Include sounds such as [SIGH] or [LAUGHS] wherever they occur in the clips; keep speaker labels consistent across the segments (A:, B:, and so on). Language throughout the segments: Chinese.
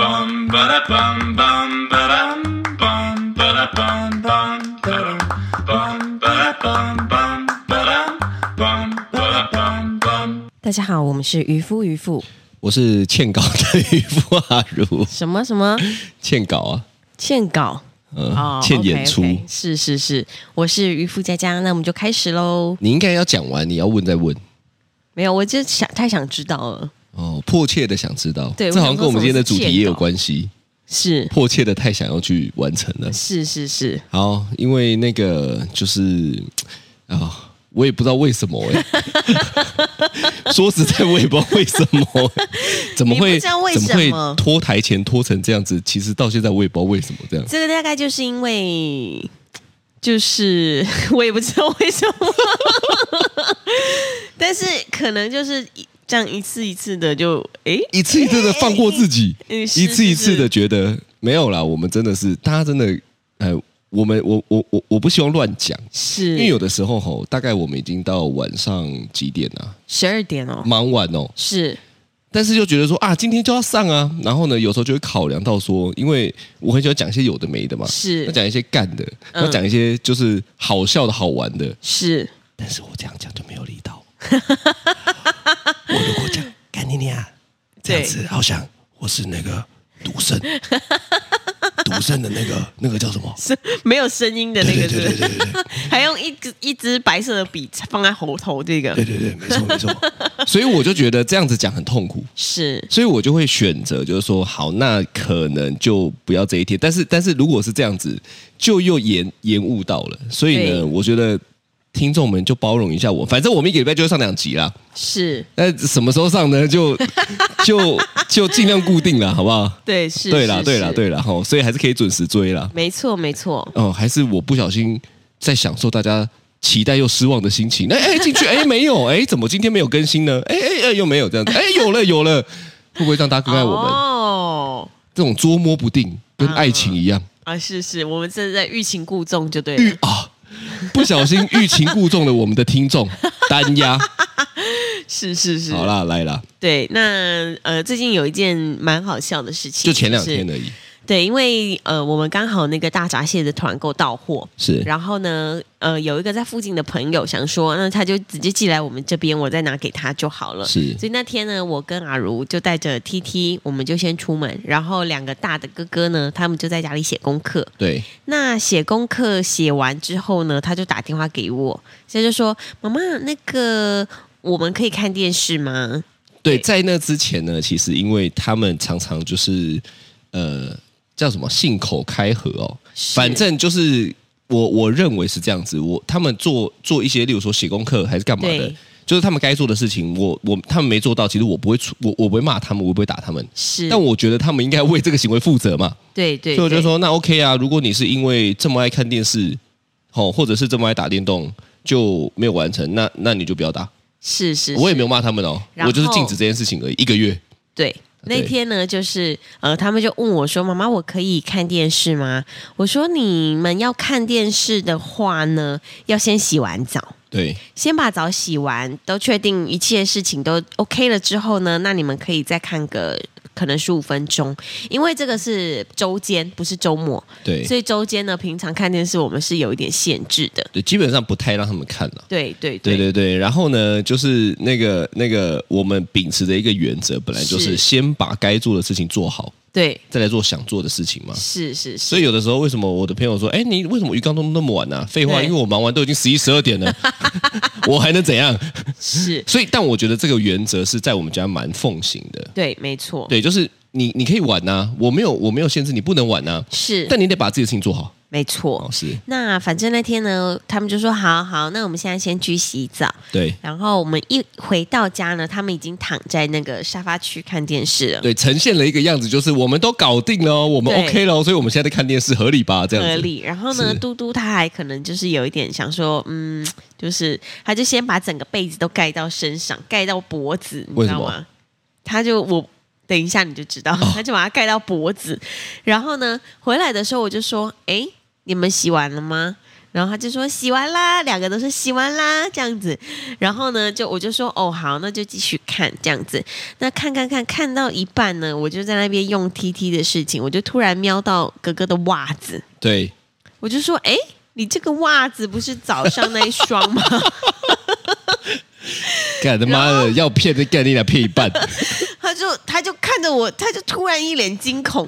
A: bum ba da bum bum ba dum bum ba da bum bum ba dum bum ba da bum bum ba dum bum ba da bum bum.
B: 大家好，我们是渔夫渔妇，
C: 我是欠稿的渔夫阿如，
B: 什么什
C: [COUGHS]
B: 么
C: 欠稿啊，
B: 欠稿
C: 嗯，
B: 哦，
C: 欠演出。
B: OK，OK，是是是，我是渔夫佳佳，那我们就开始喽。
C: 你应该要讲完，你要问再问
B: 没有，我就想太想知道了，
C: 哦，迫切的想知道，
B: 对
C: 这好像跟我们今天的主题也有
B: 我想说
C: 关系，
B: 是
C: 迫切的太想要去完成了。
B: 是是是，
C: 好，因为那个就是啊、我也不知道为什么
B: [LAUGHS]
C: 哎、说实在，我也不知道为什么欸、怎么
B: 你
C: 会
B: 不知道为什
C: 怎
B: 么
C: 么会拖台前拖成这样子？其实到现在我也不知道为什么这样。
B: 这个大概就是因为。就是 [LAUGHS] 我也不知道为什么， [LAUGHS] 但是可能就是一这样一次一次的就诶，
C: 一次一次的放过自己，
B: 哎哎哎哎是
C: 一次一次的觉得没有啦，我们真的是，大家真的，呃，我们我我我我不希望乱讲，因为有
B: 是
C: 的时候吼，大概我们已经到晚上几点啊，
B: 十二点哦，
C: 蛮晚哦，
B: 是
C: 但是就觉得说啊，今天就要上啊，然后呢，有时候就会考量到说，因为我很喜欢讲一些有的没的嘛，要
B: 是
C: 讲一些干的，
B: 嗯
C: 要讲一些就是好笑的好玩的，
B: 是，
C: 但是我这样讲就没有力道。我如果讲干你娘，这样子好像我是那个赌 [LAUGHS] 圣，赌圣的那个那个叫什么？
B: 是没有声音的那
C: 对
B: 个
C: 对
B: 是
C: 对
B: 不
C: 对
B: 是，
C: 对对
B: [LAUGHS] 还用一支一支白色的笔放在喉头，这个
C: 对对对，没错没错。 [LAUGHS] 所以我就觉得这样子讲很痛苦，
B: 是
C: 所以我就会选择就是说，好，那可能就不要这一天。但是但是如果是这样子，就又延延误到了。所以
B: 对
C: 呢，我觉得听众们就包容一下我，反正我们一个礼拜就会上两集啦。
B: 是，
C: 那什么时候上呢？就 [LAUGHS] 就就尽量固定了，好不好？
B: 对是，
C: 对啦，
B: 了
C: 对啦，，对啦，吼，所以还是可以准时追啦。
B: 没错没错，
C: 哦，还是我不小心在享受大家期待又失望的心情。哎哎，进去哎没有哎，怎么今天没有更新呢？哎哎哎，又没有这样子。哎，有了有了，会不会让大家更爱我们？
B: 哦
C: 这种捉摸不定，跟爱情一样，
B: 啊是是，我们这是在欲擒故纵就对
C: 欲
B: 了，
C: 啊，不小心欲擒故纵了我们的
B: [LAUGHS]
C: 听众，单压。
B: 是是是，
C: 好，啦，来啦，
B: 对，那呃最近有一件蛮好笑的事情，
C: 就前两天
B: 的，
C: 而已。
B: 对，因为呃我们刚好那个大闸蟹的团购到货，
C: 是，
B: 然后呢，呃，有一个在附近的朋友想说，那他就直接寄来我们这边，我再拿给他就好了。
C: 是
B: 所以那天呢，我跟阿如就带着 T T，我们就先出门，然后两个大的哥哥呢，他们就在家里写功课。
C: 对，
B: 那写功课写完之后呢，他就打电话给我，他就说：“妈妈，那个我们可以看电视吗
C: 对，在那之前呢，其实因为他们常常就是呃叫什么信口开河哦，
B: 是
C: 反正就是我我认为是这样子，我他们做做一些，例如说写功课还是干嘛的
B: 对。
C: 就是他们该做的事情，我我他们没做到，其实我不会出我我不会骂他们，我不会打他们？”，
B: 是，
C: 但我觉得他们应该为这个行为负责嘛，
B: 对对，
C: 所以我就
B: 对，
C: 说那 OK 啊，如果你是因为这么爱看电视，哦，或者是这么爱打电动就没有完成，那那你就不要打，
B: 是是，
C: 我也
B: 是
C: 没有骂他们哦，
B: 然
C: 我就是
B: 后
C: 禁止这件事情而已，一个月，
B: 对，那
C: 啊对
B: 天呢，就是呃，他们就问我说：“妈妈，我可以看电视吗？”我说：“你们要看电视的话呢，要先洗完澡，
C: 对，
B: 先把澡洗完，都确定一切事情都 OK 了之后呢，那你们可以再看个可能十五分钟，因为这个是周间，不是周末，
C: 对，
B: 所以周间呢，平常看电视我们是有一点限制的。
C: 对，基本上不太让他们看了。
B: 对对
C: 对
B: 对
C: 对对，然后呢，就是那个那个，我们秉持的一个原则，本来就是
B: 是
C: 先把该做的事情做好，
B: 对，
C: 再来做想做的事情嘛。
B: 是是是，
C: 所以有的时候，为什么我的朋友说，哎，你为什么鱼缸都那么晚呢、啊废话，
B: 对
C: 因为我忙完都已经十一十二
B: [LAUGHS]
C: 点了，我还能怎样？
B: 是
C: 所以，但我觉得这个原则是在我们家蛮奉行的。
B: 对，没错，
C: 对，就是你你可以晚呐、我没有我没有限制你不能晚呐、啊
B: 是
C: 但你得把自己的事情做好。
B: 没错
C: 哦，。是
B: 那反正那天呢，他们就说好好，那我们现在先去洗澡。
C: 对
B: 然后我们一回到家呢，他们已经躺在那个沙发区看电视了，
C: 对，呈现了一个样子，就是我们都搞定了哦，我们
B: 对
C: OK 了哦，所以我们现在在看电视，合理吧？这样子
B: 合理。然后呢，
C: 是
B: 嘟嘟他还可能就是有一点想说，嗯，就是他就先把整个被子都盖到身上，盖到脖子，你
C: 为
B: 知
C: 什
B: 道
C: 么哦
B: 吗？他就我等一下你就知道，他就把它盖到脖子。然后呢，回来的时候我就说，哎，你们洗完了吗？然后他就说洗完啦，两个都是洗完啦这样子。然后呢，就我就说哦好，那就继续看这样子。那看看看看到一半呢，我就在那边用 T T 的事情，我就突然瞄到哥哥的袜子，
C: 对，
B: 我就说哎，你这个袜子不是早上那一双吗？
C: 干他妈的要骗这干你俩骗一半。
B: 他就他就看着我，他就突然一脸惊恐，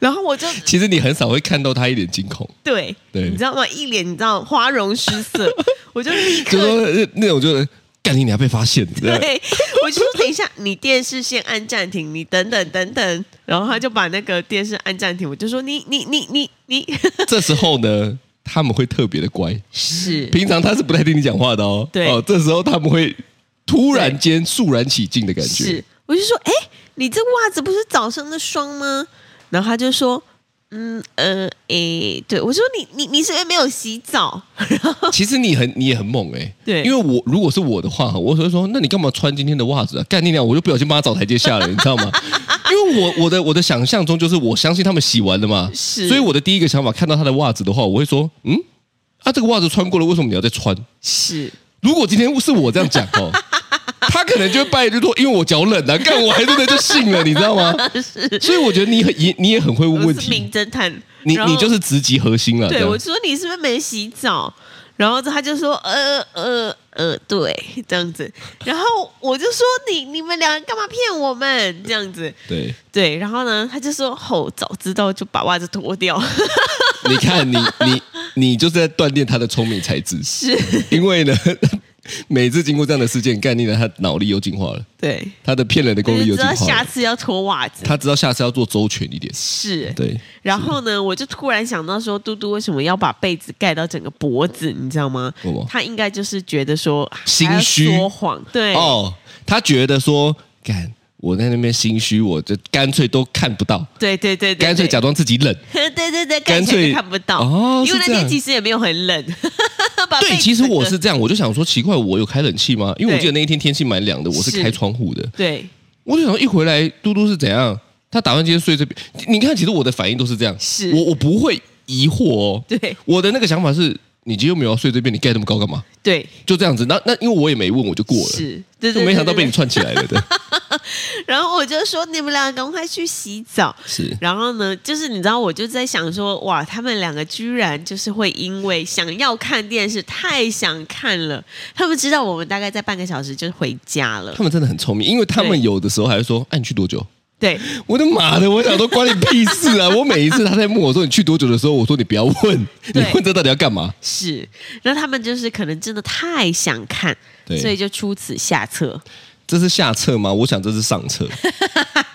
B: 然后我就
C: [LAUGHS] 其实你很少会看到他一脸惊恐，
B: 对，
C: 对
B: 你知道吗？一脸你知道花容失
C: [LAUGHS]
B: 色，我就立刻
C: 就说呃那种就是干你俩被发现，呃对，
B: 对， [LAUGHS] 我就说等一下，你电视先按暂停，你等等等等，然后他就把那个电视按暂停，我就说你你你你你
C: 这时候呢，他们会特别的乖。
B: 是
C: 平常他是不太听你讲话的哦。
B: 对
C: 哦，这时候他们会突然间肃然起敬的感觉。
B: 是，我就说哎，你这袜子不是早上的霜吗？然后他就说。嗯呃诶，对我说你你你是不是没有洗澡？然后
C: 其实你很你也很猛哎、
B: 对
C: 因为我如果是我的话，我只会说，那你干嘛穿今天的袜子啊？干你娘！我就不小心帮他找台阶下了，你知道
B: [LAUGHS]
C: 吗？因为我我的我的想象中就是我相信他们洗完了嘛，
B: 是
C: 所以我的第一个想法看到他的袜子的话，我会说，嗯，啊这个袜子穿过了，为什么你要再穿？
B: 是
C: 如果今天是我这样讲
B: [LAUGHS]
C: 哦，他可能就会拜就说，因为我脚冷啊，干我还真的就信了，你知
B: [LAUGHS]
C: 道吗？所以我觉得你很也你也很会问
B: 我
C: 问
B: 是名
C: 题，
B: 侦探，
C: 你
B: 然
C: 你
B: 后
C: 就是直击核心了。这
B: 对
C: 样
B: 我就说你是不是没洗澡？然后他就说呃呃呃，对，这样子。然后我就说你你们两个干嘛骗我们？这样子，
C: 对，
B: 对。然后呢，他就说吼、早知道就把袜子脱掉。 [LAUGHS]
C: 你看你你你就是在锻炼他的聪明才智，
B: 是，
C: [LAUGHS] 因为呢，每次经过这样的事件，概念呢，他脑力又进化了，
B: 对。
C: 他的骗人的功
B: 就
C: 力
B: 是
C: 又
B: 知
C: 进
B: 道
C: 化
B: 下
C: 了，
B: 次要脱袜子。
C: 他知道下次要做周全一点。
B: 是。
C: 对，
B: 然后呢，我就突然想到说，嘟嘟为什么要把被子盖到整个脖子？你知道吗
C: 为什么？
B: 他应该就是觉得说啊
C: 心
B: 还要
C: 虚
B: 说谎。对。
C: 哦，他觉得说，干我在那边心虚，我就干脆都看不到，
B: 对对对对对，
C: 干脆假装自己冷。
B: [LAUGHS] 对对对，
C: 干
B: 干
C: 脆
B: 脆看不到
C: 哦
B: 因为那
C: 是这
B: 天
C: 样
B: 其实也没有很冷。 [LAUGHS] 把被
C: 对，
B: 子
C: 其实我
B: 整
C: 是
B: 个
C: 这样，我就想说奇怪，我有开冷气吗？因为我
B: 对
C: 记得那一天天气蛮凉的，我是
B: 是
C: 开窗户的。
B: 对
C: 我就想一回来，嘟嘟是怎样？他打算今天睡这边。你看，其实我的反应都是这样，
B: 是
C: 我我不会疑惑哦。
B: 对
C: 我的那个想法是，你今天又没有要睡这边，你盖那么高干嘛？
B: 对
C: 就这样子。那那因为我也没问，我就过了。
B: 是，对
C: 就
B: 对，
C: 没想到
B: 对
C: 被你。串起来了
B: [LAUGHS]
C: 的，
B: 对然后我就说你们俩赶快去洗澡。
C: 是
B: 然后呢，就是你知道，我就在想说，哇，他们两个居然就是会因为想要看电视，太想看了，他们知道我们大概在半个小时就回家了
C: 他。们真的很聪明，因为他们
B: 对
C: 有的时候还会说：“哎、你去多久？”
B: 对，
C: 我的妈的！我想说关你屁事啊！我每一次他在问我说你去多久的时候，我说你不要问，你
B: 对
C: 问这到底要干嘛？
B: 是，那他们就是可能真的太想看，
C: 对
B: 所以就出此下策。
C: 这是下策吗？我想这是上
B: [LAUGHS]
C: 策。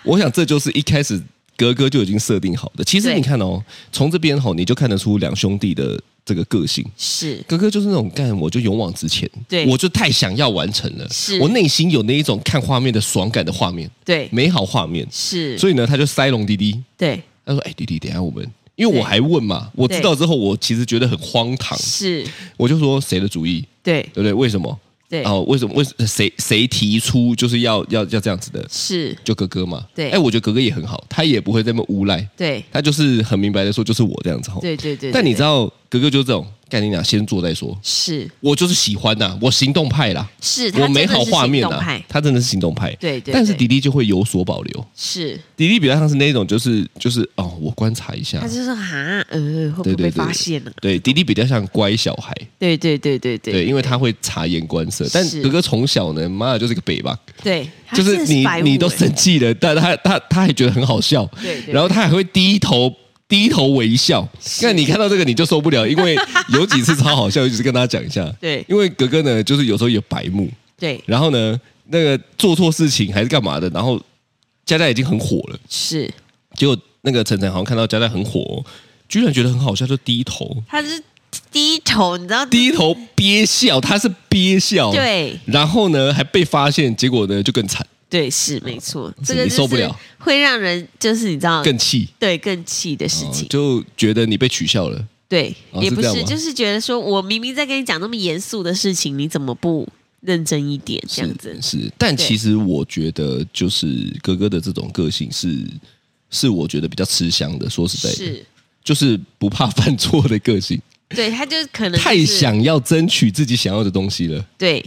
C: 我想这就是一开始格格就已经设定好的。其实
B: 对
C: 你看哦，从这边吼、你就看得出两兄弟的这个个性。
B: 是
C: 格格就是那种干，我就勇往直前，
B: 对
C: 我就太想要完成了，
B: 是
C: 我内心有那一种看画面的爽感的画面，
B: 对
C: 美好画面，
B: 是，
C: 嗯所以呢，他就塞隆滴滴，
B: 对
C: 他说：“哎，弟弟，等一下我们，因为我
B: 对
C: 还问嘛，我知
B: 对
C: 道之后，我其实觉得很荒唐，
B: 是，
C: 我就说谁的主意，
B: 对
C: 对不对？为什么？
B: 对
C: 哦，为什么？为什谁谁提出就是要要要这样子的？
B: 是，
C: 就哥哥嘛。
B: 对
C: 哎，我觉得哥哥也很好，他也不会这么无赖，
B: 对
C: 他就是很明白的说，就是我这样子吼。
B: 对对对。
C: 但你知
B: 道
C: 道，哥哥就是这种概念啊，先做再说。
B: 是
C: 我就是喜欢呐、我行动派啦，
B: 是，他
C: 我美
B: 真的
C: 好
B: 是
C: 画面
B: 行动
C: 啊
B: 派，
C: 他真的是行动派。
B: 对对
C: 但是
B: 对
C: 迪迪就会有所保留，
B: 是，
C: 迪迪比较像是那种就是就是哦，我观察一下
B: 他。就说哈呃会不会
C: 对对
B: 被
C: 对，
B: 发现呢？
C: 对，迪迪比较像乖小孩，
B: 对对对对
C: 对，
B: 对
C: 因为他会察言观色。但
B: 是
C: 哥哥从小呢，妈的就是个北吧，
B: 对，他
C: [LAUGHS] 就
B: 真
C: 是
B: 的
C: 你
B: 白
C: 你
B: 目
C: 都
B: 欸
C: 生气了，但他他他还觉得很好笑，
B: 对对
C: 然后他还会低头低头微笑。那你看到这个你就受不了，因为有几次超好笑，就是跟大家讲一下。
B: 对
C: 因为格格呢，就是有时候也白目，
B: 对
C: 然后呢，那个做错事情还是干嘛的，然后佳佳已经很火了，
B: 是，
C: 结果那个晨晨好像看到佳佳很火，居然觉得很好笑，就低头
B: 他是低头，你知道
C: 低头憋笑，他是憋笑，。
B: 对
C: 然后呢，还被发现，结果呢就更惨，
B: 对是没错，这个
C: 你
B: 就
C: 受不
B: 是
C: 了
B: 会让人就是你知道
C: 更气，
B: 对更气的事
C: 哦
B: 情，
C: 就觉得你被取笑了。
B: 对
C: 哦
B: 也
C: 是
B: 不
C: 这样
B: 是，
C: 吗
B: 就是觉得说我明明在跟你讲那么严肃的事情，你怎么不认真一点这样子？
C: 是，但
B: 对
C: 其实我觉得，就是哥哥的这种个性是，是我觉得比较吃香的。说实在的，
B: 是 [LAUGHS]
C: 就是不怕犯错的个性。
B: 对他就可能、就是、
C: 太想要争取自己想要的东西了。
B: 对，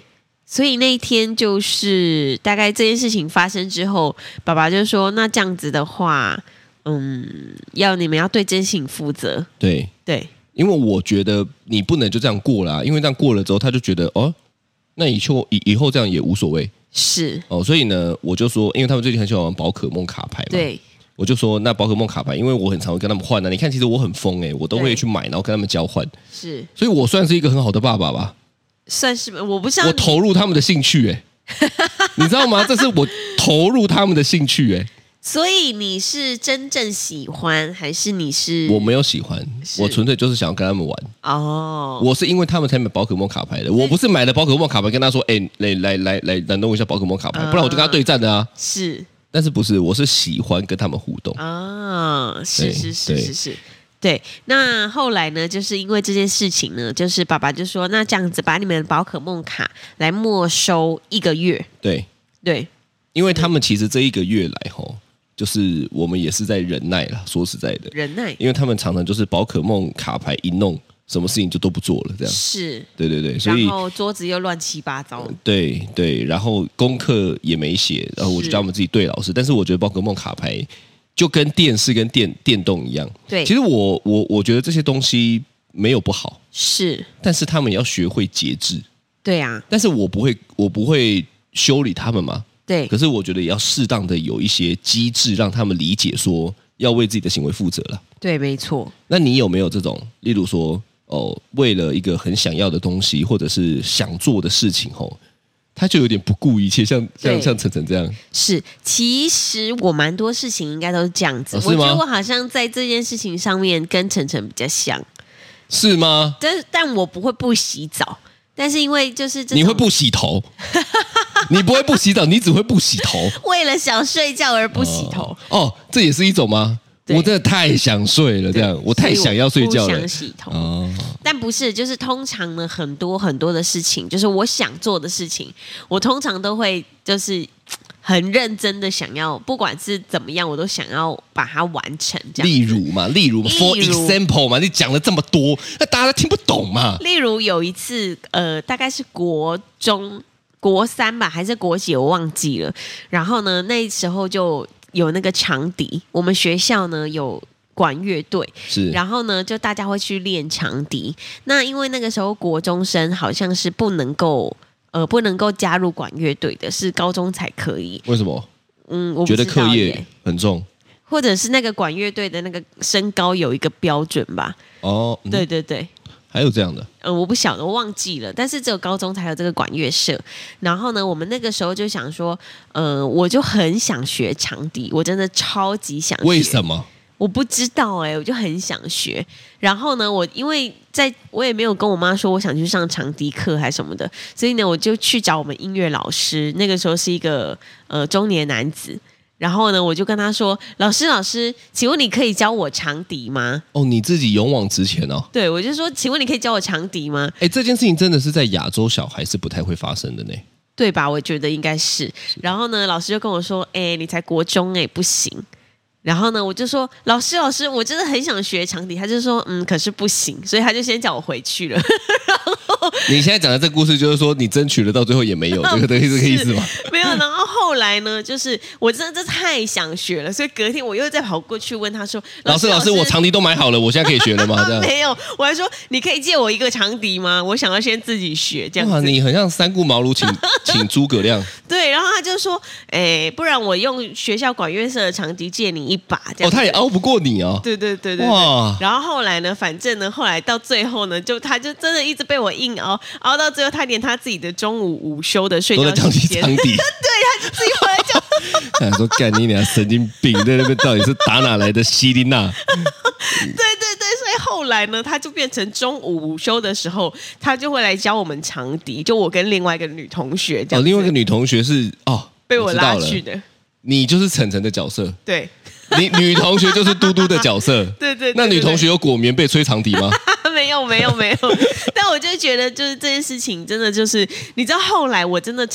B: 所以那一天就是大概这件事情发生之后，爸爸就说：“那这样子的话，嗯，要你们要对真情负责。
C: 对，”
B: 对，
C: 因为我觉得你不能就这样过啦，因为这样过了之后，他就觉得哦，那以后以以后这样也无所谓
B: 是，
C: 哦。所以呢，我就说，因为他们最近很喜欢玩宝可梦卡牌嘛，
B: 对，
C: 我就说那宝可梦卡牌，因为我很常会跟他们换啊。你看，其实我很疯诶、我都会
B: 对
C: 去买，然后跟他们交换，
B: 是，
C: 所以我算是一个很好的爸爸吧。
B: 算是我不知道
C: 我
B: 你，
C: 投入他们的兴趣、欸，你知道吗？这是我投入他们的兴趣、欸，
B: 所以你是真正喜欢，还是你是
C: 我没有喜欢，
B: 是
C: 我纯粹就是想要跟他们玩。
B: 哦？
C: 我是因为他们才买宝可梦卡牌的，我不是买了宝可梦卡牌跟他说，哎、来来来来来弄一下宝可梦卡牌，不然我就跟他对战的啊。
B: 是
C: 但是不是，我是喜欢跟他们互动。
B: 啊，是
C: 对
B: 是是
C: 对
B: 是是。对，那后来呢？就是因为这件事情呢，就是爸爸就说，那这样子把你们的宝可梦卡来没收一个月。
C: 对，
B: 对，
C: 因为他们其实这一个月来吼，就是我们也是在忍耐啦。说实在的，
B: 忍耐
C: 因为他们常常就是宝可梦卡牌一弄，什么事情就都不做了，这样。
B: 是，
C: 对对对，所以呃
B: 然后桌子又乱七八糟。
C: 对对，然后功课也没写，然后我就是叫他们自己对老师。但是我觉得宝可梦卡牌就跟电视跟电电动一样，
B: 对，
C: 其实我我我觉得这些东西没有不好，
B: 是，
C: 但是他们也要学会节制。
B: 对啊，
C: 但是我不会，我不会修理他们嘛。
B: 对
C: 可，是我觉得也要适当的有一些机制，让他们理解说要为自己的行为负责了。
B: 对，没错，
C: 那你有没有这种，例如说，哦，为了一个很想要的东西，或者是想做的事情，吼，他就有点不顾一切，像
B: 对
C: 像像晨晨这样，
B: 是。其实我蛮多事情应该都是这样子，
C: 哦是
B: 我觉得
C: 吗
B: 我好像在这件事情上面跟晨晨比较像，
C: 是吗？
B: 但是但我不会不洗澡，但是因为就是这
C: 你会
B: 种
C: 不洗
B: [LAUGHS]
C: 头？你不会不洗澡，你只会不洗头。
B: 为了想睡觉而不洗头。
C: 哦哦，这也是一种吗？
B: 对
C: 我真的太想睡了，这样我太想要睡
B: 所以
C: 觉
B: 我不
C: 了
B: 想。洗头，
C: 哦，
B: 但不是，就是通常呢，很多很多的事情，就是我想做的事情，我通常都会就是嘖很认真的想要，不管是怎么样，我都想要把它完成。这样，
C: 例如嘛，例如嘛
B: 例如
C: ，for example 嘛，你讲了这么多，那大家都听不懂嘛。
B: 例如有一次，呃，大概是国中国三吧，还是国几，我忘记了。然后呢，那时候就有那个长笛，我们学校呢有管乐队，
C: 是，
B: 然后呢，就大家会去练长笛。那因为那个时候国中生好像是不能够。呃，不能够加入管乐队的是高中才可以。
C: 为什么
B: 嗯，我不
C: 觉得
B: 知
C: 课
B: 道
C: 业
B: 耶
C: 很重？
B: 或者是那个管乐队的那个身高有一个标准吧？
C: 哦，嗯
B: 对，对对，
C: 还有这样的，
B: 呃，我不晓得，我忘记了。但是只有高中才有这个管乐社。然后呢，我们那个时候就想说，呃，我就很想学长笛，我真的超级想学。
C: 为什么？
B: 我不知道哎、我就很想学。然后呢，我因为在我也没有跟我妈说我想去上长笛课还什么的，所以呢，我就去找我们音乐老师。那个时候是一个呃中年男子，然后呢，我就跟他说：“老师，老师，请问你可以教我长笛吗
C: 哦，你自己勇往直前哦。？”
B: 对，我就说：“请问你可以教我长笛吗
C: 哎，这件事情真的是在亚洲小孩是不太会发生的
B: [LAUGHS]
C: 呢。？”
B: 对吧？我觉得应该是。然后呢，老师就跟我说：“哎、你才国中哎、不行。”然后呢，我就说：“老师，老师，我真的很想学长笛。”他就说：“嗯，可是不行。”所以他就先叫我回去了。 [LAUGHS]
C: 你现在讲的这故事，就是说你争取了，到最后
B: [LAUGHS]
C: 也没有，这个这个这个意思吗？
B: 没有，然后后来呢，就是我真的太想学了，所以隔天我又再跑过去问他说：“
C: 老师，老师，我长笛都买好了，我现在可以学了
B: [LAUGHS]
C: 吗？这
B: 啊
C: 样。
B: 没有，我还说你可以借我一个长笛吗？我想要先自己学这样
C: 哇，
B: 子。
C: 你很像三顾茅
B: [LAUGHS]
C: 庐请请诸葛亮
B: 对，然后他就说：“哎，不然我用学校管乐社的长笛借你一把。”这
C: 哦，
B: 样子。
C: 他也熬不过你哦。
B: 对对对对对。
C: 哇，
B: 然后后来呢？反正呢，后来到最后呢，就他就真的一直被我硬熬，熬到最后，他连他自己的中午午休的睡
C: 都在
B: 觉
C: 讲你
B: 时间，
C: 长
B: [LAUGHS]
C: 笛，
B: 对，他就自己回来讲，
C: 想说干你俩神经病，在那边到底是打哪来的西琳娜？
B: 对对对，所以后来呢，他就变成中午午休的时候，他就会来教我们长笛，就我跟另外一个女同学这
C: 哦，
B: 样子，
C: 另外一个女同学是哦，
B: 被我
C: 知道
B: 拉
C: 了
B: 去，的，
C: 你就是晨晨的角色，
B: 对
C: 你女同学就是嘟嘟的角色。
B: [LAUGHS] 对对对
C: 那女同学有裹棉被吹长笛
B: [LAUGHS]
C: 吗？
B: 没有没有 [LAUGHS] 没有，但我就觉得就是这件事情真的就是，你知道后来我真的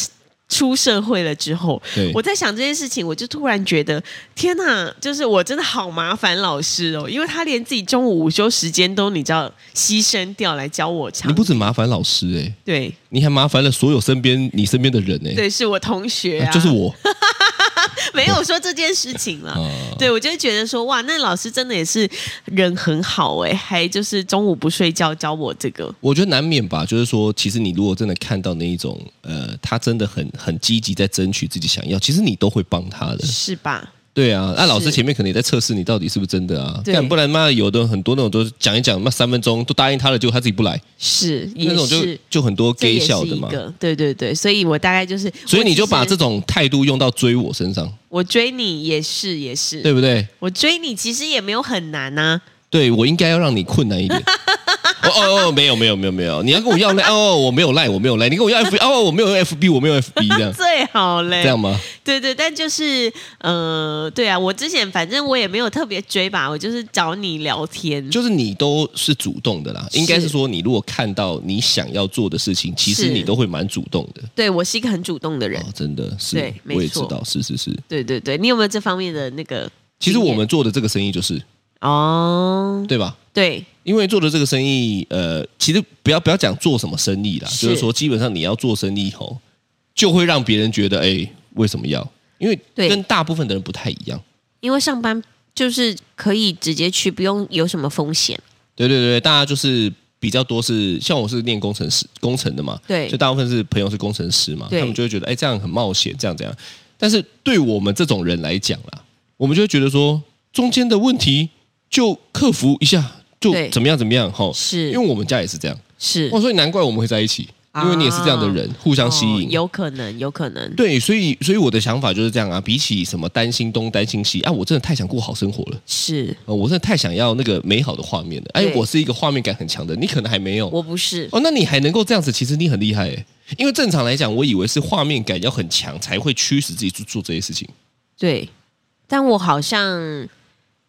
B: 出社会了之后
C: 对，
B: 我在想这件事情，我就突然觉得，天哪，就是我真的好麻烦老师哦，因为他连自己中午午休时间都你知道牺牲掉来教我唱
C: 你，不止麻烦老师哎、
B: 对
C: 你还麻烦了所有身边你身边的人哎、
B: 对，是我同学、啊
C: 啊就是我
B: [LAUGHS] 没有说这件事情了。
C: [LAUGHS] 啊，
B: 对，我就会觉得说，哇，那老师真的也是人很好哎、还就是中午不睡觉教我这个，
C: 我觉得难免吧，就是说，其实你如果真的看到那一种，呃，他真的很很积极在争取自己想要，其实你都会帮他的，
B: 是吧？
C: 对啊。那、
B: 是
C: 老师前面可能也在测试你到底是不是真的啊，
B: 对
C: 干不然妈有的很多那种都是讲一讲，那三分钟都答应他了，结果他自己不来，
B: 是，也。
C: 那种就是就很多
B: 这
C: gay
B: 也是
C: 笑的
B: 一
C: 嘛。
B: 个，对对对，所以我大概就是，
C: 所以你就把
B: 我其
C: 这
B: 实
C: 种态度用到追我身上，
B: 我追你也是也是，
C: 对不对？
B: 我追你其实也没有很难啊呐、
C: 对我应该要让你困难一点。 [LAUGHS] 哦哦哦，没有没有没有没有，你要跟我要赖哦，我没有赖，我没有赖，你跟我要 F 哦，我没有 FB，我没有 FB 这样
B: 最好嘞。
C: 这样吗？
B: [LAUGHS] 对对，但就是呃，对啊，我之前反正我也没有特别追吧，我就是找你聊天。
C: 就是你都是主动的啦，
B: 是
C: 应该是说你如果看到你想要做的事情，其实
B: 是
C: 你都会蛮主动的。
B: 对我是一个很主动的人。
C: 哦，真的是
B: 对，没
C: 我也知
B: 错
C: 道，是是是。
B: 对对对，你有没有这方面的那个
C: 其
B: 经验？
C: 实我们做的这个生意就是，
B: 哦，
C: 对吧？
B: 对
C: 因为做的这个生意，呃，其实不要不要讲做什么生意啦，
B: 是
C: 就是说基本上你要做生意吼，就会让别人觉得，哎，为什么要？因为
B: 对
C: 跟大部分的人不太一样。
B: 因为上班就是可以直接去，不用有什么风险。
C: 对对对，大家就是比较多是像我是念工程师工程的嘛，
B: 对
C: 就大部分是朋友是工程师嘛，他
B: 对
C: 们就会觉得哎这样很冒险，这样这样。但是对我们这种人来讲啦，我们就会觉得说中间的问题就克服一下，就
B: 对
C: 怎么样怎么样哈。
B: 是
C: 因为我们家也是这样，
B: 是
C: 哦哇，所以难怪我们会在一起，因为你也是这样的人，互相吸
B: 哦
C: 引。
B: 有可能，有可能。
C: 对，所以所以我的想法就是这样啊，比起什么担心东担心西啊，我真的太想过好生活了。
B: 是
C: 呃，我真的太想要那个美好的画面了。哎，
B: 对
C: 我是一个画面感很强的，你可能还没有。
B: 我不是，
C: 哦，那你还能够这样子，其实你很厉害哎。因为正常来讲，我以为是画面感要很强才会驱使自己去做这些事情。
B: 对，但我好像，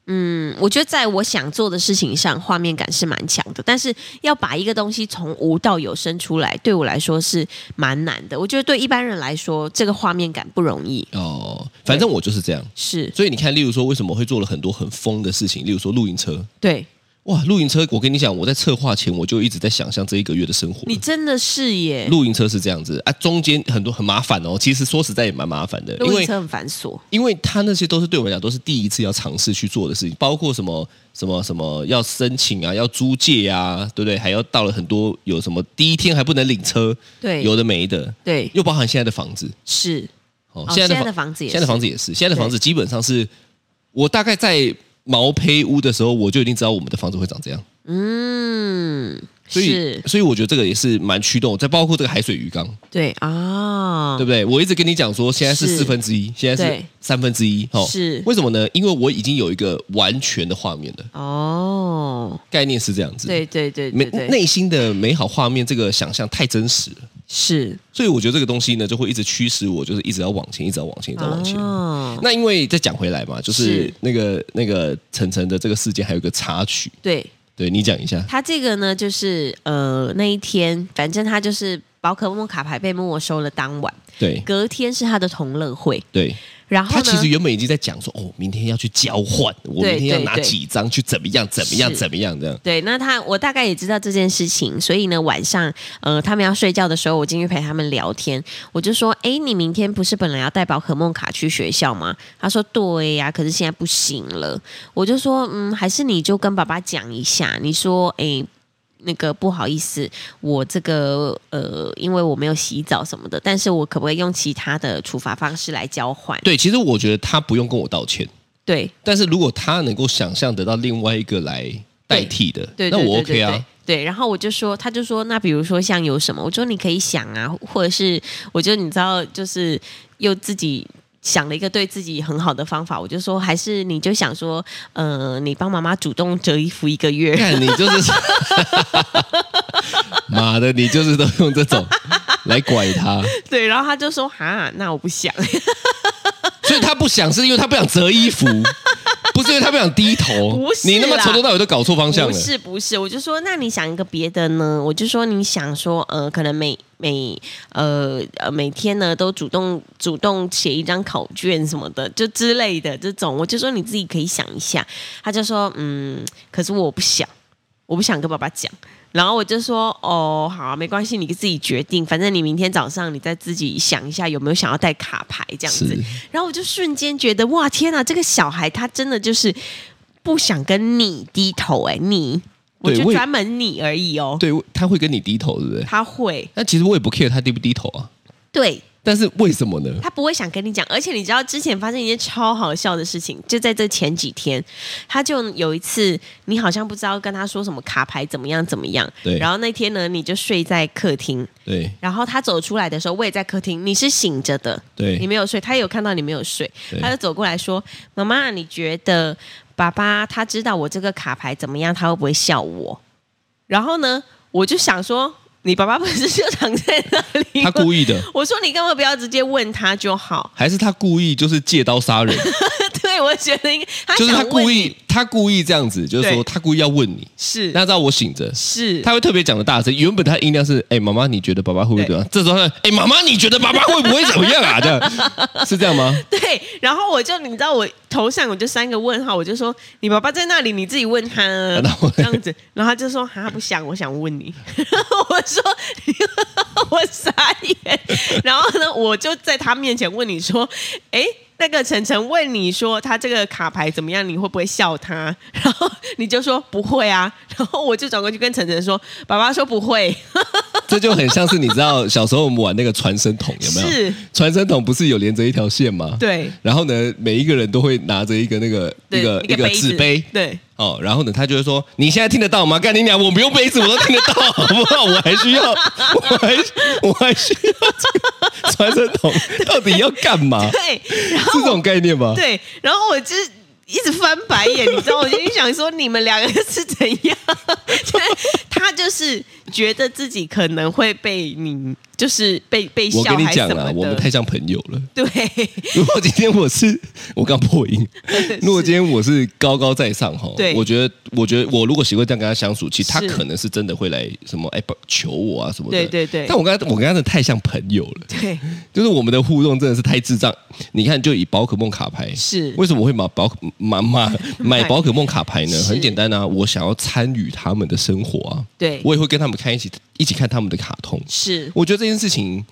B: 嗯，我觉得在我想做的事情上，画面感是蛮强的，但是要把一个东西从无到有生出来，对我来说是蛮难的。我觉得对一般人来说，这个画面感不容易。
C: 哦，反正我就是这样。
B: 是
C: 所以你看，例如说，为什么会做了很多很疯的事情？例如说露营车，
B: 对
C: 哇，露营车，我跟你讲，我在策划前我就一直在想象这一个月的生活了。
B: 你真的是耶，
C: 露营车是这样子啊，中间很多很麻烦哦。其实说实在也蛮麻烦的，因
B: 录音
C: 为
B: 车很繁琐，
C: 因为他那些都是对我来讲都是第一次要尝试去做的事情，包括什么什么什么要申请啊，要租借啊，对不对？还要到了很多有什么第一天还不能领车，
B: 对
C: 有的没的，
B: 对
C: 又包含现在的房子
B: 是
C: 哦
B: 哦现在的房子也
C: 现在的
B: 是
C: 房子也是，现在的房子基本上是我大概在毛坯屋的时候，我就已经知道我们的房子会长这样，
B: 嗯
C: 所以
B: 是
C: 所以我觉得这个也是蛮驱动我，再包括这个海水鱼缸，
B: 对啊
C: 对不对？我一直跟你讲说，现在是
B: 是
C: 四分之一，现在是
B: 对
C: 三分之一，哦，
B: 是
C: 为什么呢？因为我已经有一个完全的画面了，
B: 哦
C: 概念是这样子，
B: 对对对
C: 美，
B: 对对
C: 内心的美好画面，这个想象太真实了，
B: 是
C: 所以我觉得这个东西呢，就会一直驱使我，就是一直要往前，一直要往前，一直要往前。
B: 哦
C: 那因为再讲回来嘛，就是
B: 是
C: 那个那个晨晨的这个事件，还有一个插曲，
B: 对。
C: 对你讲一下。
B: 他这个呢，就是呃那一天，反正他就是宝可梦卡牌被没收了当晚，
C: 对
B: 隔天是他的同乐会，
C: 对，
B: 然后
C: 他
B: 呢，
C: 其实原本已经在讲说，哦，明天要去交换，我明
B: 对
C: 天要
B: 对
C: 拿
B: 对
C: 几张去怎么样，怎么样，
B: 是
C: 怎么样这样。
B: 对，那他我大概也知道这件事情，所以呢，晚上呃他们要睡觉的时候，我进去陪他们聊天，我就说，哎，你明天不是本来要带宝可梦卡去学校吗？他说，对呀、可是现在不行了。我就说，嗯，还是你就跟爸爸讲一下，你说，哎。那个不好意思，我这个呃，因为我没有洗澡什么的，但是我可不可以用其他的处罚方式来交换？
C: 对，其实我觉得他不用跟我道歉，
B: 对
C: 但是如果他能够想象得到另外一个来代替的，
B: 对，
C: 那
B: 对
C: 我
B: 对
C: OK
B: 对
C: 啊
B: 对。对，然后我就说，他就说，那比如说像有什么，我说你可以想啊，或者是我就你知道，就是又自己。想了一个对自己很好的方法，我就说，还是你就想说，呃，你帮妈妈主动折衣服一个月， [LAUGHS]
C: 看你就是， [LAUGHS] 妈的，你就是都用这种来拐他，
B: 对，然后他就说，哈，那我不想，
C: 所以他不想是因为他不想折衣服，不是因为他不想低头，
B: 不是啦
C: 你那么从头到尾都搞错方向
B: 不
C: 了。
B: 是不是，我就说那你想一个别的呢？我就说你想说呃，可能每每呃呃每天呢都主动主动写一张考卷什么的，就之类的这种，我就说你自己可以想一下。他就说嗯，可是我不想，我不想跟爸爸讲。然后我就说哦，好啊、没关系，你自己决定，反正你明天早上你再自己想一下有没有想要带卡牌这样子
C: 是。
B: 然后我就瞬间觉得哇，天哪，这个小孩他真的就是不想跟你低头哎、你，我
C: 对
B: 就
C: 我也
B: 专门你而已哦。
C: 对，他会跟你低头，对不对？
B: 他会，
C: 但其实我也不 care 他低不低头啊。
B: 对
C: 但是为什么呢？
B: 他不会想跟你讲，而且你知道之前发生一件超好笑的事情，就在这前几天，他就有一次，你好像不知道跟他说什么卡牌怎么样怎么样，
C: 对
B: 然后那天呢，你就睡在客厅，
C: 对
B: 然后他走出来的时候，我也在客厅，你是醒着的，
C: 对
B: 你没有睡，他也有看到你没有睡，
C: 对
B: 他就走过来说：“妈妈，你觉得爸爸他知道我这个卡牌怎么样，他会不会笑我？”然后呢，我就想说，你爸爸不是就躺在那里？
C: 他故意的，
B: 我说你干嘛不要直接问他就好？ [LAUGHS]
C: 还是他故意就是借刀杀人？
B: 对，我觉得应该他
C: 就是他
B: 想问
C: 故意，他故意这样子，就是
B: 对
C: 说他故意要问你。
B: 是
C: 那知道我醒着，
B: 是
C: 他会特别讲的大声。原本他音量是：哎、妈妈，你觉得爸爸会不会怎么样？这时候他：哎、妈妈，你觉得爸爸会不会怎么样啊？
B: [LAUGHS]
C: 这样是这样吗？
B: 对，然后我就你知道我头上我就三个问号，我就说你爸爸在那里，你自己问
C: [LAUGHS]
B: 他啊
C: 然后呢
B: 这样子，然后他就说啊不想，我想问你， [LAUGHS] 我说 [LAUGHS] 我傻眼，然后呢我就在他面前问你说，哎。那个晨晨问你说他这个卡牌怎么样，你会不会笑他？ [LAUGHS] 然后你就说不会啊，然后我就转过去跟晨晨说，爸爸说不会， [LAUGHS]
C: 这就很像是你知道小时候我们玩那个传声筒有没有？
B: 是
C: 传声筒不是有连着一条线吗？。
B: 对
C: 然后呢，每一个人都会拿着一个那个
B: 对
C: 一个
B: 一个
C: 一个
B: 杯
C: 纸
B: 子
C: 杯，
B: 对， [LAUGHS]
C: 哦，然后呢，他就会说：“你现在听得到吗？干你娘！我不用杯子，我都听得到， [LAUGHS] 好不好？我还需要，我还我还需要这个传声
B: [LAUGHS]
C: 筒，到底要干嘛？
B: 对，然后
C: 是这种概念吗？
B: 对，然后我就是一直翻白眼，你知道，我就想说你们两个是怎样？他就是觉得自己可能会被你，就是被被
C: 我
B: 笑
C: 跟你
B: 还是
C: 讲
B: 什
C: 啦
B: 么，
C: 我们
B: 的。
C: 太像朋友了。
B: 对，
C: 如果今天我是我刚
B: [LAUGHS]
C: 破音，如果今天我是高高在上哈，
B: 对
C: 我觉得我觉得我如果习惯这样跟他相处，其实他
B: 是
C: 可能是真的会来什么哎不求我啊什么的。
B: 对对对
C: 但我跟他我跟他真的太像朋友了。
B: 对，
C: 就是我们的互动真的是太智障。你看，就以宝可梦卡牌
B: 是
C: 为什么会买宝买买
B: [LAUGHS]
C: 买宝可梦卡牌呢？
B: 是
C: 很简单啊，我想要参与他们的生活啊。
B: 对
C: 我也会跟他们看一起一起看他们的卡通。
B: 是
C: 我觉得这件事情，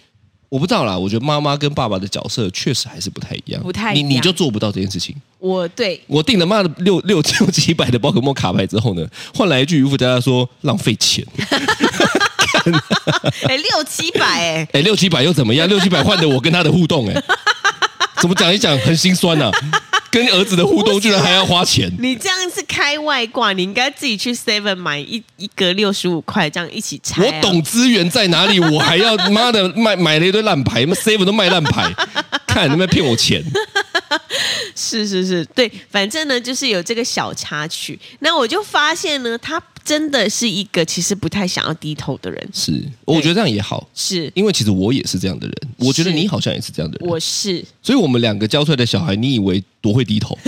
C: 我不知道啦。我觉得妈妈跟爸爸的角色确实还是不太一样，
B: 不太一样
C: 你你就做不到这件事情。
B: 我对
C: 我订了妈的六六六七百的宝可梦卡牌之后呢，换来一句渔夫家家说浪费钱。 [LAUGHS]
B: 哎六七百哎，
C: 哎，六七百又怎么样？六七百换的我跟他的互动、哎，怎么讲一讲很心酸呐、跟儿子的互动居然还要花钱，
B: 你这样是开外挂，你应该自己去 Seven 买一一格六十五块，这样一起拆、
C: 我。懂资源在哪里，我还
B: [LAUGHS]
C: 要妈的卖买了一堆烂牌，妈 save 都卖烂牌，看你们骗我钱。
B: 是是是，对，反正呢就是有这个小插曲。那我就发现呢，他真的是一个其实不太想要低头的人。
C: 是，我觉得这样也好，
B: 是，
C: 因为其实我也是这样的人，我觉得
B: 是
C: 你好像也是这样的人，
B: 我是
C: 所以我们两个教出来的小孩，你以为多会低头？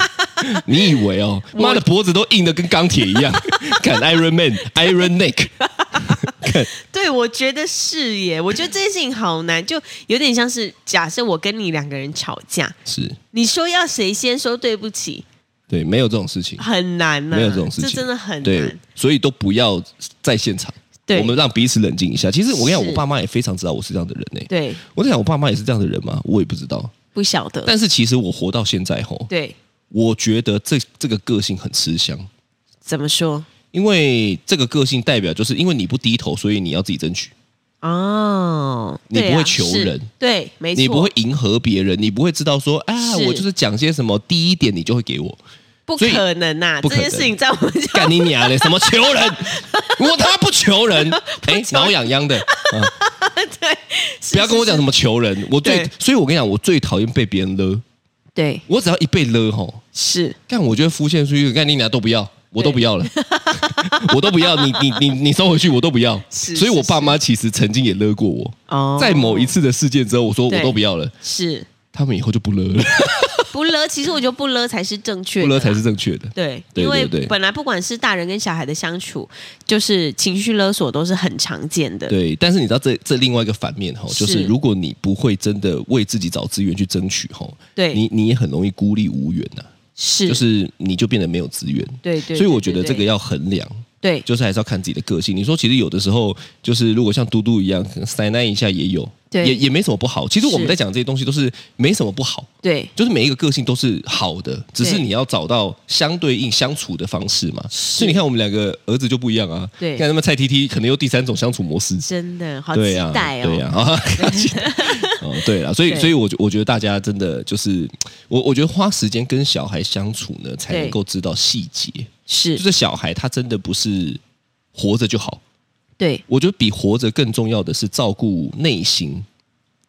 B: [LAUGHS]
C: 你以为哦，妈的脖子都硬的跟钢铁一
B: [LAUGHS]
C: 样，看 Iron Man，Iron Neck。
B: 对，我觉得是耶。我觉得这件事情好难，就有点像是假设我跟你两个人吵架，
C: 是
B: 你说要谁先说对不起，
C: 对，没有这种事情，
B: 很难呐、
C: 没有这种事情，
B: 这真的很
C: 对
B: 难。，
C: 所以都不要在现场，
B: 对
C: 我们让彼此冷静一下。其实我跟你讲，
B: 是
C: 我爸妈也非常知道我是这样的人欸呢、
B: 对，
C: 我在想，我爸妈也是这样的人吗？我也不知道。
B: 不晓得。
C: 但是其实我活到现在吼，
B: 对，
C: 我觉得这这个个性很吃香，
B: 怎么说
C: 因为这个个性代表就是因为你不低头，所以你要自己争取。
B: 哦，
C: 你
B: 对
C: 不会
B: 啊
C: 求
B: 是
C: 人
B: 对，没错，
C: 你不会迎合别人，你不会知道说啊，
B: 是
C: 我就是讲些什么低一点，你就会给我。
B: 不
C: 所以
B: 可能呐、
C: 不
B: 这
C: 可
B: 件事情
C: 能
B: 在我们家
C: 干你娘嘞！什么求人？我他妈不求人，哎，挠痒痒的。啊 [LAUGHS]
B: 对，
C: 不要跟我讲什么求人，我最
B: 对，
C: 所以我跟你讲，我最讨厌被别人勒。
B: 对，
C: 我只要一被勒吼，
B: 是
C: 干我就会浮现出一个干你俩都不要，我都不要了， [LAUGHS] 我都不要，你你你你收回去，我都不要。
B: 是
C: 所以我爸妈其实曾经也勒过我，
B: 哦
C: 在某一次的事件之后，我说
B: 对
C: 我都不要了，
B: 是
C: 他们以后就不勒了。
B: [LAUGHS] 不勒，其实我觉得不勒才是正确的
C: 不
B: 啦，
C: 勒才是正确的。
B: 对，
C: 对
B: 因为
C: 对对
B: 本来不管是大人跟小孩的相处，就是情绪勒索都是很常见的。
C: 对，但是你知道这这另外一个反面哈，就是是如果你不会真的为自己找资源去争取哈，
B: 对
C: 你你也很容易孤立无援呐、啊
B: 是，
C: 就是你就变得没有资源。
B: 对对
C: 所以我
B: 对
C: 觉得
B: 对
C: 这个
B: 对
C: 要衡量，
B: 对，
C: 就是还是要看自己的个性。你说，其实有的时候就是如果像嘟嘟一样可能塞奶一下也有，
B: 对
C: 也也没什么不好。其实我们
B: 是
C: 在讲这些东西都是没什么不好，
B: 对，
C: 就是每一个个性都是好的，只是
B: 对
C: 你要找到相对应相处的方式嘛。所以你看，我们两个儿子就不一样啊。
B: 对
C: 看他们蔡 T T 可能有第三种相处模式。
B: 真的好
C: 对
B: 期
C: 呀、
B: 待哦。
C: 对呀、啊，
B: [LAUGHS]
C: [LAUGHS] 哦，对了，所以
B: 对
C: 所以我觉我觉得大家真的就是我我觉得花时间跟小孩相处呢，才
B: 对
C: 能够知道细节。
B: 是，
C: 就是小孩他真的不是活着就好，
B: 对，
C: 我觉得比活着更重要的是照顾内心、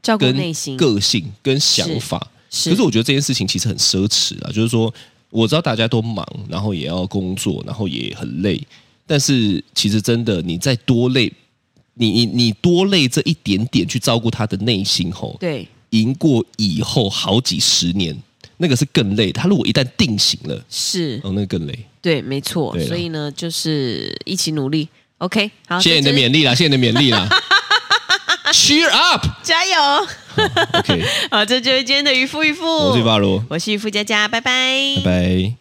B: 照顾
C: 跟
B: 内心，
C: 个性跟想法。
B: 是
C: 可是我觉得这件事情其实很奢侈啊，就是说我知道大家都忙，然后也要工作，然后也很累，但是其实真的你再多累，你你你多累这一点点去照顾他的内心吼，
B: 对，
C: 赢过以后好几十年，那个是更累。他如果一旦定型了，
B: 是，
C: 哦，那个更累。
B: 对，没错
C: 对。啊啦
B: 所以呢，就是一起努力。OK，好，
C: 谢谢你
B: 这
C: 的
B: 就是
C: 勉励啦，谢谢你的勉励啦。Cheer up！OK，、
B: [LAUGHS] 加油。
C: OK，
B: 好，这就是今天的渔夫渔夫，
C: 我是巴罗，
B: 我是渔夫佳佳，拜拜
C: 拜拜。